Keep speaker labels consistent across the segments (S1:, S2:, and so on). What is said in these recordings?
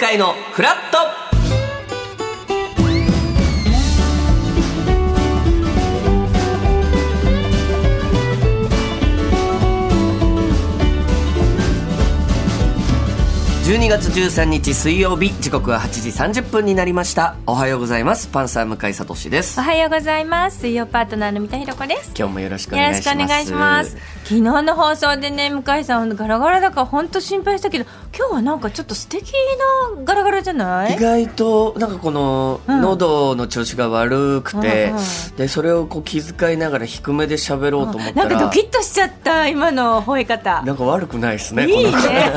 S1: 回のフラット12月13日水曜日時刻は8時30分になりましたおはようございますパンサー向井聡です
S2: おはようございます水曜パートナーの三田寛子です
S1: 今日もよろしくお
S2: よろ
S1: 願
S2: し
S1: いし
S2: くお
S1: ます
S2: 願いします昨日の放送でね向井さんガラガラだから本当心配したけど今日はなんかちょっと素敵なガラガラじゃな
S1: 意
S2: い
S1: 外となんかこの
S2: うん
S1: 喉の調子が悪くて、
S2: うん
S1: でそれをこう気遣いながら低めで喋ろうと思った
S2: なん
S1: ら、
S2: かドキッとしちゃった今の吠え方
S1: なんか悪くないです
S2: い
S1: ね
S2: い
S1: この
S2: ね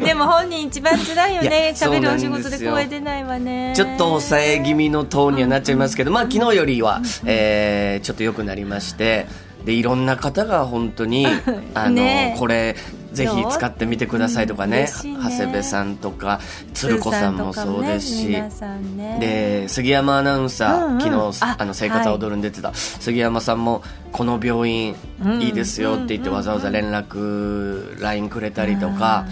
S2: でも本人一番辛いよ
S1: いや
S2: ね喋るお仕
S1: そうなん
S2: 事
S1: で
S2: です
S1: よ
S2: 声出ないわね
S1: ちょっと抑え気味のトーンにはなっちゃいますけど、まあ、昨日よりは、えーちょっと良くなりましてでいろんな方が本当にあ の、
S2: ねえ
S1: これぜひ使ってみてくださいとか
S2: うん
S1: ね
S2: 嬉しいね
S1: 長谷部さんとか鶴子さんもそうですし。
S2: 通算とかもね皆さんね
S1: で杉山アナウンサー、
S2: うんうん
S1: 昨日
S2: あ
S1: あの「生活は踊る」に出てた、杉山さんも「この病院
S2: うん
S1: いいですよ」って言って
S2: うん
S1: わざわざ連絡 LINE くれたりとか、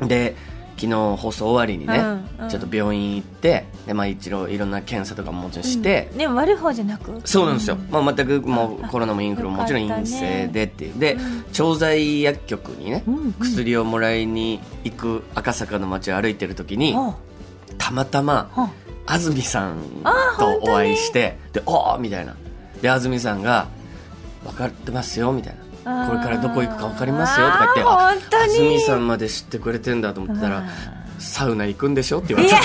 S1: で昨日放送終わりにね、
S2: うんうん
S1: ちょっと病院行ってで、まあ、一応いろんな検査とかももちろんして、
S2: ね悪い方じゃなく
S1: そうなんですよ、まあ、全くもう
S2: あ
S1: コロナもインフルももちろん
S2: よかった
S1: 陰
S2: ね
S1: 性でっていうで、
S2: うん
S1: 調剤薬局にね、
S2: うんうん
S1: 薬をもらいに行く赤坂の街を歩いてる時に
S2: ほう
S1: たまたま。
S2: ほう
S1: 安住さん
S2: あー
S1: と
S2: 本当に
S1: お会いしてで「おーみたいなで安住さんが「分かってますよ」みたい
S2: あ
S1: な
S2: ー
S1: 「これからどこ行くか分かりますよ」とか言って
S2: あー
S1: あ
S2: 本当に
S1: 安住さんまで知ってくれてんだと思ってた
S2: う
S1: ら
S2: ん
S1: 「サウナ行くんでしょ?」って言われて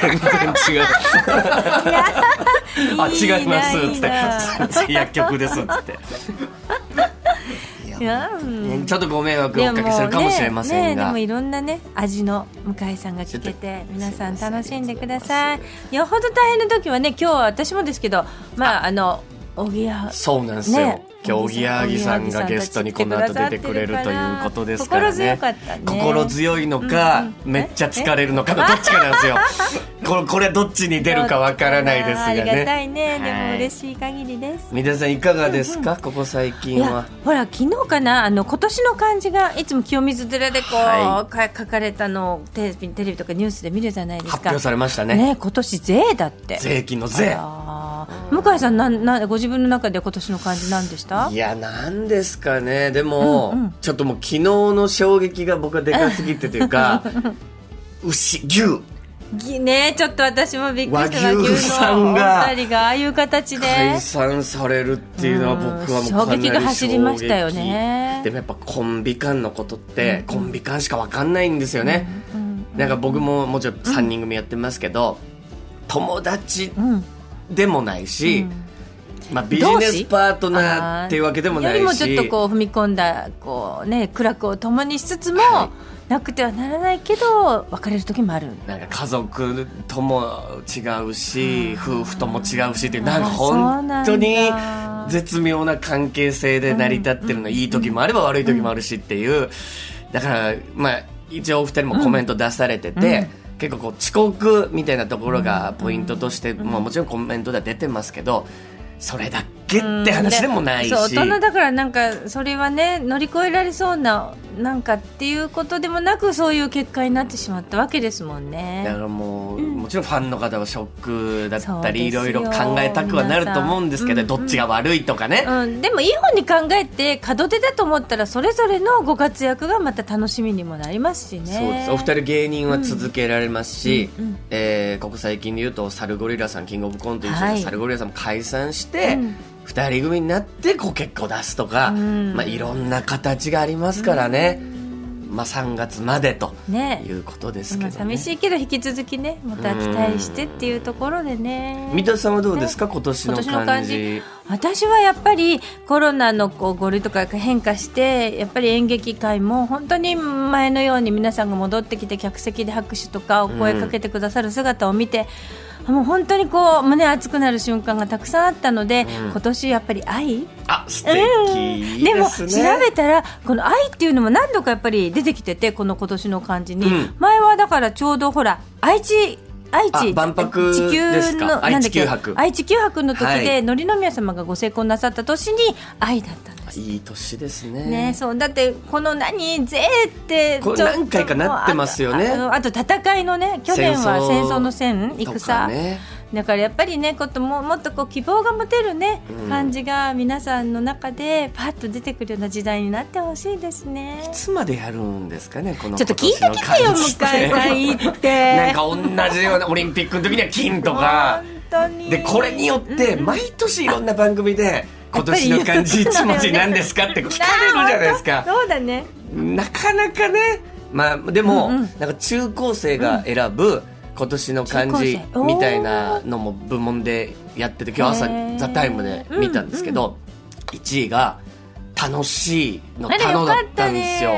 S1: 全 然違う「あ
S2: いいな
S1: 違います」
S2: い
S1: っ
S2: い
S1: つ
S2: な
S1: って「薬局です」っつって
S2: うん
S1: ちょっとご迷惑をおかけするかもしれませ
S2: で
S1: ん
S2: もねねで
S1: が
S2: もいろんなね味の向井さんが聞けて皆さん楽しんでくださいよほど大変な時はね今日は私もですけどまああのおぎや
S1: そうなんですよ、今日おぎやはぎさんがゲストにこの後出てくれるということですから
S2: 心強
S1: ね
S2: かったね
S1: 心強いのか、
S2: うんうん
S1: めっちゃ疲れるのかのどっちかなん ですよこれこれどっちに出るかわからないです
S2: あ
S1: が
S2: りがた
S1: ね
S2: いねで
S1: はい
S2: も嬉しい限りです
S1: 皆さんいかがですか、ここ最
S2: い
S1: 近
S2: や
S1: は
S2: ほら昨日かなあの今年の漢字がいつも清水寺でこう、
S1: は
S2: か書かれたのをテレビテレビとかニュースで見るじゃないですか
S1: 発表されましたね
S2: ね今年税だって
S1: 税金の税
S2: あー向井さんなんなんご自分の中で今年の漢字なんでした
S1: いやなんですかねでも、
S2: うんうん
S1: ちょっともう昨日の衝撃が僕はでかすぎてとい うか牛牛
S2: ぎねちょっと私もびっくりした
S1: 和牛さんが
S2: お二人がああいう形で
S1: 解散されるっていうのは僕はもうかなり
S2: 衝撃が走りましたよね
S1: 衝撃でもやっぱコンビ間のことってコンビ間しかわかんないんですよね、
S2: うん
S1: なんか僕ももちろん3人組やってますけど、友達
S2: うん
S1: でもないし、まあ、ビジ
S2: 同
S1: ネ
S2: 士
S1: スパートナーっていうわけでもないし
S2: よりもちょっとこう踏み込んだこうね苦楽を共にしつつも、
S1: は
S2: なくてはならないけど別れる時もある
S1: なんか家族とも違うし、夫婦とも違うしっていうなんか
S2: あそう
S1: 本
S2: なんだ
S1: 当に絶妙な関係性で成り立ってるの、いい時もあれば悪い時もあるしっていうだからまあ一応お二人もコメント出されてて、結構こう遅刻みたいなところがポイントとして、まあ、もちろんコメントでは出てますけどそれだけって話でもないし、
S2: そう大人だからなんかそれはね乗り越えられそうななんかっていうことでもなくそういう結果になってしまったわけですもん
S1: だか
S2: ね。
S1: らもう、もちろんファンの方はショックだったりい
S2: そ
S1: ろ
S2: う
S1: い
S2: です
S1: ろ
S2: よ
S1: 考えたくはなると思うんですけど、
S2: 皆さん
S1: どっちが悪いとかね、
S2: うん、でもいい方に考えて門出だと思ったらそれぞれのご活躍がまた楽しみにもなりますしね。
S1: そうですお二人芸人は続けられますし、
S2: うんうん
S1: えーここ最近で言うとサルゴリラさんキングオブコント優勝し
S2: は
S1: た
S2: い
S1: サルゴリラさんも解散して、
S2: うん
S1: 二人組になってこう結果を出すとか、
S2: うん
S1: まあ、いろんな形がありますからね、まあ、3月までと
S2: ね
S1: いうことですけ
S2: ま
S1: ど、
S2: あ
S1: ね、
S2: 寂しいけど引き続きねまた期待してっていうところでね。
S1: 三田さんはどうですか今年の
S2: 今年の
S1: 感
S2: 感
S1: じ
S2: じ私はやっぱりコロナのこう5類とかが変化してやっぱり演劇界も本当に前のように皆さんが戻ってきて客席で拍手とかお声かけてくださる姿を見て、もう本当にこう胸熱くなる瞬間がたくさんあったので、
S1: うん
S2: 今年やっぱり愛
S1: あ素
S2: う
S1: 敵
S2: んで
S1: で
S2: も
S1: す
S2: 調
S1: ね、
S2: べたらこの愛っていうのも何度かやっぱり出てきててこの今年の漢字に、
S1: うん
S2: 前はだからちょうどほら愛知愛
S1: あ
S2: 知
S1: 万博
S2: 地球
S1: ですか
S2: のなんだっけ
S1: 愛知九博
S2: 愛知九博の時
S1: はい
S2: で、のりの宮様がご成婚なさった年に愛だったんですした
S1: いい年ですね
S2: ね、そうだってこの何「税」って
S1: これ
S2: ちょっと
S1: 何回かなってますよね
S2: もうあああと戦いのね去年は戦
S1: 戦争
S2: 争の戦
S1: と
S2: 戦、
S1: かね
S2: だからやっぱりねことももっとこう希望が持てるね、
S1: うん
S2: 感じが皆さんの中でパッと出てくるような時代になってほしいですね
S1: いつまでやるんですかねこの
S2: ちょっと聞いてきてよ向井さんいいって
S1: なんか同じようなオリンピックの時には金とか
S2: 本当に
S1: でこれによって毎年いろんな番組で今年の漢字一文字何ですかって聞かれるじゃないです
S2: あ
S1: か
S2: ー本当そうだね
S1: なかなかね、まあ、でも、
S2: うんうん
S1: なんか中高生が選ぶ今年の漢字
S2: 中高生
S1: みたいなのも部門でやってて今日朝
S2: へー
S1: 「ザタイムで見たんですけど、1位が「楽しい」の「楽
S2: あれよ
S1: だっ
S2: かった
S1: たん
S2: ね
S1: ですよ。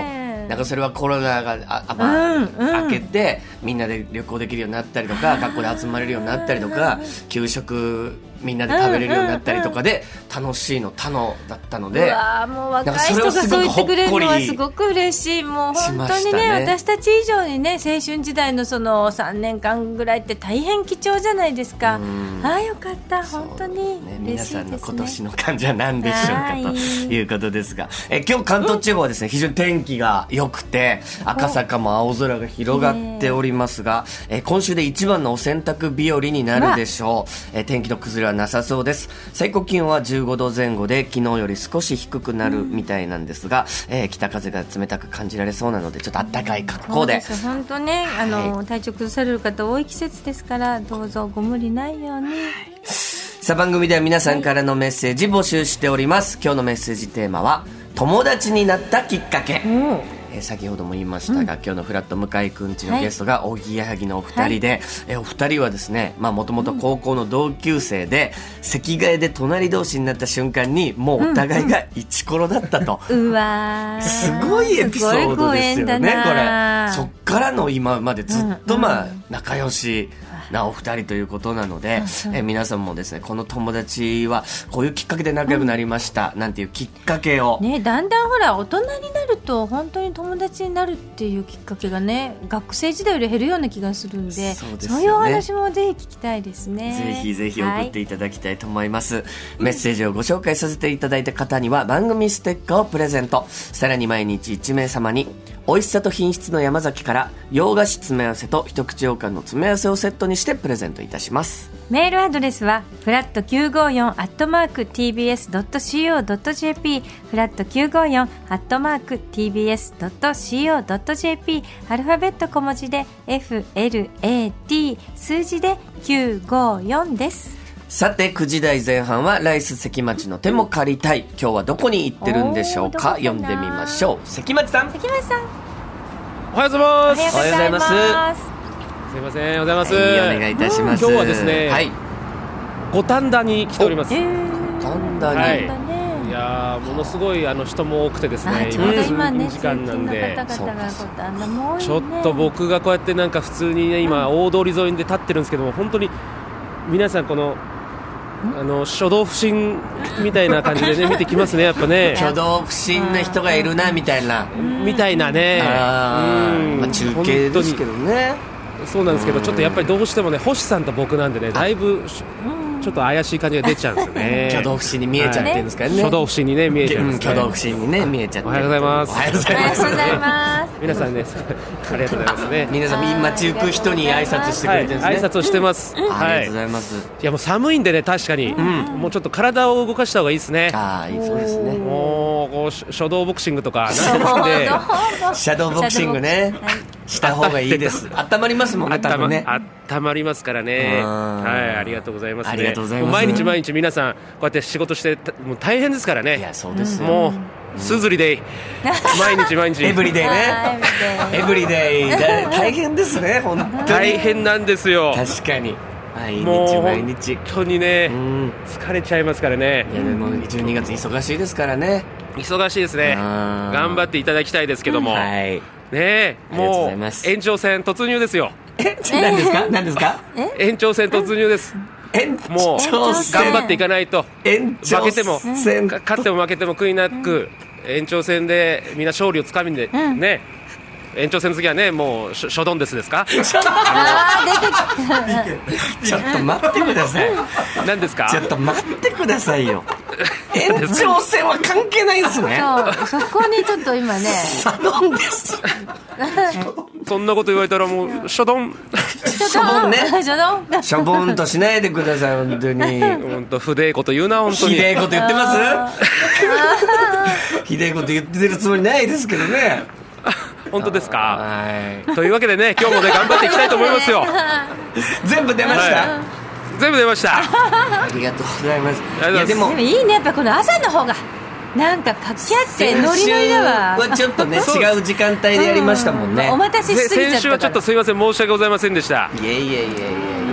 S1: なんかそれはコロナがあ、あまあ
S2: うんうん
S1: 明けてみんなで旅行できるようになったり とか学校で集まれるようになったりとか給食みんなで食べれるようになったりとかで楽しいの「楽だったの
S2: う
S1: で
S2: わーもう若い人
S1: なん
S2: が
S1: かそ
S2: そう言
S1: れ
S2: っ
S1: をす
S2: て
S1: ごくほ
S2: く
S1: っ
S2: れる
S1: こり
S2: のはすごく嬉しいもう
S1: し
S2: 本
S1: ま
S2: 当
S1: し
S2: に
S1: た
S2: ね
S1: ね
S2: 私たち以上にね青春時代のその3年間ぐらいって大変貴重じゃないですか
S1: うん
S2: ああよかった本当に
S1: そうね
S2: 嬉
S1: 皆
S2: しいで
S1: さ
S2: す
S1: ん
S2: ね
S1: の今年の感じは何でしょうか
S2: は
S1: と
S2: い
S1: いうことですがえ今日関東地方はですね、非常に天気が良くて赤坂も青空が広がっておりますが、え今週で一番のお洗濯日和になるでしょうえ天気の崩れはなさそうです最高気温は15度前後で昨日より少し低くなるみたいなんですが、え北風が冷たく感じられそうなのでちょっと暖かい格好で
S2: そうす本当ねあの、体調崩される方多い季節ですからどうぞご無理ないように
S1: さあ番組では皆さんからのメッセージ募集しております今日のメッセージテーマは友達になったきっかけ、
S2: お
S1: えー先ほども言いましたが、今日のフラット向井くんちのゲストがおぎやはぎのお二人で、えーお二人はですねもともと高校の同級生で、席替えで隣同士になった瞬間にもうお互いがイチコロだったと、
S2: うわー
S1: すごいエピソードです
S2: すごいご縁
S1: よね
S2: だな
S1: これそっからの今までずっと
S2: うん
S1: まあ仲良しなお二人ということなので、え皆さんもですねこの友達はこういうきっかけで仲良くなりました、なんていうきっかけを、
S2: ね、だんだんほら大人になると本当に友達になるっていうきっかけがね学生時代より減るような気がするんで
S1: そうですよ
S2: そ
S1: ね
S2: ういうお話もぜひ聞きたいですね
S1: ぜひぜひ送っ
S2: は
S1: て
S2: い
S1: いただきたいと思います、メッセージをご紹介させていただいた方には番組ステッカーをプレゼントさらに毎日1名様に美味しさと品質の山崎から洋菓子詰め合わせと一口羊羹の詰め合わせをセットにしてプレゼントいたします
S2: メールアドレスはフラット954アットマーク TBS.CO.JP フラット954アットマーク TBS.CO.JP アルファベット小文字で FLAT 数字で954です
S1: さて9時台前半はライス関町の手も借りたい今日はどこに行ってるんでしょう
S2: お
S1: か
S2: ーど
S1: 読
S2: こかなん
S1: でみましょう関町さん
S2: 関町さん
S3: おはようござい
S2: お
S3: ま
S1: は
S2: は
S1: よ
S2: よう
S1: うご
S2: ご
S1: ざ
S2: ざ
S1: い
S2: い
S1: ま
S2: ますす。
S3: す。すいません、おはようございます。
S1: はいお願いいたします
S3: 今日はですね
S1: はい
S3: 五反田に来ております。
S2: え
S3: い
S2: ー
S1: だんだに、
S3: は
S2: そうだね。
S3: やー、ものすごいあの人も多くてです
S2: あ
S3: ね、
S2: ちょうど今ね、
S3: 通勤時間なんで。
S2: 通勤の方々がこうあんなもん多いね
S3: ちょっと僕がこうやってなんか普通にね、今大通り沿いで立ってるんですけども、本当に皆さんこの。あの初動不審みたいな感 じでね、見てきますね、やっぱね。
S1: 挙動不審な人がいるなみたいな、
S3: みたいなね。
S1: あー
S3: うん
S1: まあ、中継ですけどね
S3: そうなんですけど、
S1: うん
S3: ちょっとやっぱりどうしてもね、星さんと僕なんでね、だいぶしちょっと怪しい感じが出ちゃうんですよね。
S1: 挙動不審に見えちゃってるんですからね、
S3: 初動不審にね、見えちゃいま
S1: うん
S3: す、ね。
S1: 挙動不審にね見えちゃってる
S3: おはようございます
S1: おはようござ
S2: お
S1: い
S2: はよ
S1: ま
S2: うござい
S1: す
S2: ます。
S3: 皆さんね、ありがとうございますね。
S1: 皆さん街行く人に挨拶してく
S3: は
S1: れ
S3: い、
S1: てるん
S3: 挨
S1: ですね、
S3: 拶をしてます。
S1: あ
S3: は
S1: りがとうご
S3: い。
S1: ざいます、
S3: いやもう寒いんでね、確かに、もうちょっと体を動かした方がいいですね。
S1: ああいいそうですね
S3: もう、こう、し書道ボクシングとか、 なんでも
S1: シャドーボクシングねした方がいいです温まりますもんね
S3: あっ
S1: 多
S3: たま、
S1: 分ね
S3: あったまりますからね。
S1: うん
S3: はい、ありがとうございます、ね。
S1: ありがとうございます
S3: も毎日毎日皆さん、こうやって仕事して、たもう大変ですから
S1: いや
S3: ね。
S1: そうですよ、
S3: もう、すずりでいい。毎日毎 日。
S1: エブリデイねエブリデイだ大変ですね本当に
S3: 大変なんですよ。
S1: 確かに毎
S3: も
S1: 日
S3: う
S1: 毎日
S3: 本当にね、
S1: うん
S3: 疲れちゃいますからね
S1: いやでも12月忙しいですからね
S3: 忙しいですね
S1: あー
S3: 頑張っていただきたいですけども、ね
S1: はい
S3: え
S1: ありがとうご
S3: もう
S1: ざいます
S3: 延長戦突入ですよ
S1: え何ですか何ですか
S3: 延長戦突入です
S1: 延
S3: もう
S1: 長戦
S3: 頑張っていかないと
S1: 延長戦
S3: 負けても
S1: 戦
S3: か勝っても負けても悔いなく延長戦でみんな勝利をつかみでね延長戦の次はね、もう、しょ初ドンデスで すか
S2: あー出てきた
S1: ちょっと待ってくだ さい。
S3: 何ですか
S1: ちょっと待ってくださいよ。延長戦は関係ないんですね。
S2: そう、そこにちょっと今 ね、
S1: サドンです。
S3: そんなこと言われたらもう、初ドン。
S2: ち
S1: シャボンね
S2: ちょっと
S1: しょぼんとしないでください、本当に。
S3: ほんと、不いこと言うな、本当
S1: ひ
S3: に。
S1: でえこと言ってますひでえこと言ってるつもりないですけどね。
S3: 本当ですか
S1: は
S3: というわけでね、今日もね、頑張っていきたいと思いま すよ。
S1: い。全部出ました、
S3: は全部出ました。
S1: ありがとうございます。
S3: ありがとうございます
S1: でも
S2: でも、いいね、やっぱこの朝の方が、なんか活気あって、ノリノリだわ。
S1: 先週はちょっとね、
S3: そう
S1: 違う時間帯でやりましたもんね。
S2: うお待たせし
S3: せ
S2: すぎちゃ
S3: 先
S2: っ
S3: 週は
S2: た
S3: ち
S2: か
S3: ょっ
S2: ら
S3: と。すいません、申し訳ございませんでした。
S1: いえいえいえいえい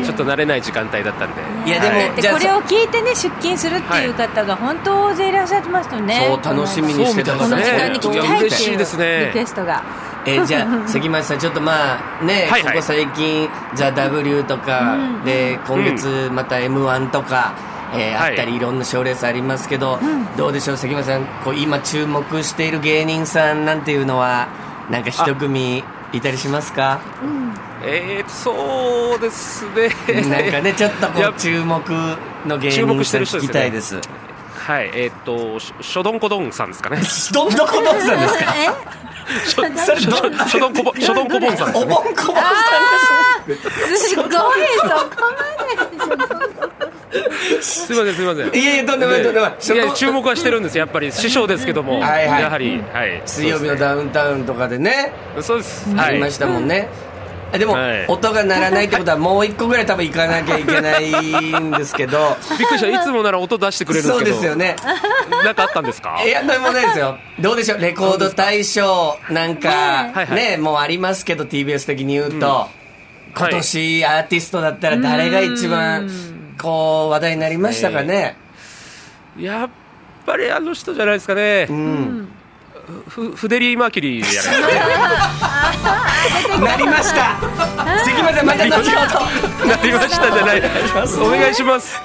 S1: え。
S3: ちょっと慣れない時間帯だったんで。
S1: いやでも
S2: で
S1: じゃあ
S2: これを聞いてね出勤するっていう方が本当大勢いらっしゃってましたよね。
S1: そう楽しみにしてた
S2: こ
S1: か
S2: の
S1: ら
S2: 時間
S1: ね
S2: に聞きたいって
S3: 嬉し
S2: い
S3: いうですね
S2: リクエストが。
S1: えーじゃあ関町さんちょっとまあね、
S3: はいはい
S1: ここ最近「ザ・ w とか、で今月また m 1とか、えー
S3: はい
S1: あったりいろんな賞レースありますけど、どうでしょう関町さんこう今注目している芸人さんなんていうのはなんか一組いたりしますか
S3: えーと、そうですね。
S1: なんかねちょっとこ
S3: いや
S1: う注目の芸
S3: 注
S1: 人
S3: 目し
S1: さ
S3: て
S1: ん
S3: る人
S1: 聞
S3: で
S1: き
S3: すよね
S1: たいです
S3: はい、えーっと、し初ドンコドンさんですか ね。
S1: どんなことさんです か
S3: 初初ドンコボ、初ドンコボンさんで
S1: おぼ
S3: すね。
S1: んこぼんさん
S2: えすごいそこまで。
S3: すいません、 すいません。
S1: いえいえとんでもないとんでもない
S3: いや注目はしてるんですよやっぱり師匠ですけども、
S1: はいはい
S3: やはり、はい、
S1: 水曜日のダウンタウンとかでね
S3: そうです
S1: あ
S3: は
S1: り
S3: い
S1: ましたもんね、あでも、
S3: はい
S1: 音が鳴らないってことはもう一個ぐらい多分行かなきゃいけないんですけど
S3: びっくりしたいつもなら音出してくれるんです
S1: そう
S3: けど
S1: ですよね
S3: なんかあったんですか
S1: いや何もないですよどうでしょうレコード大賞なんか
S3: ねえはいはい
S1: ねもうありますけど TBS 的に言うと、今年アーティストだったら誰が一番こう話題になりましたかね
S3: やっぱりあの人じゃないですかね、
S1: うん
S3: ふフデリー・マーキュリーじゃな いですか
S1: なりました関町さんまた後ほど
S3: なりましたじゃないお願いします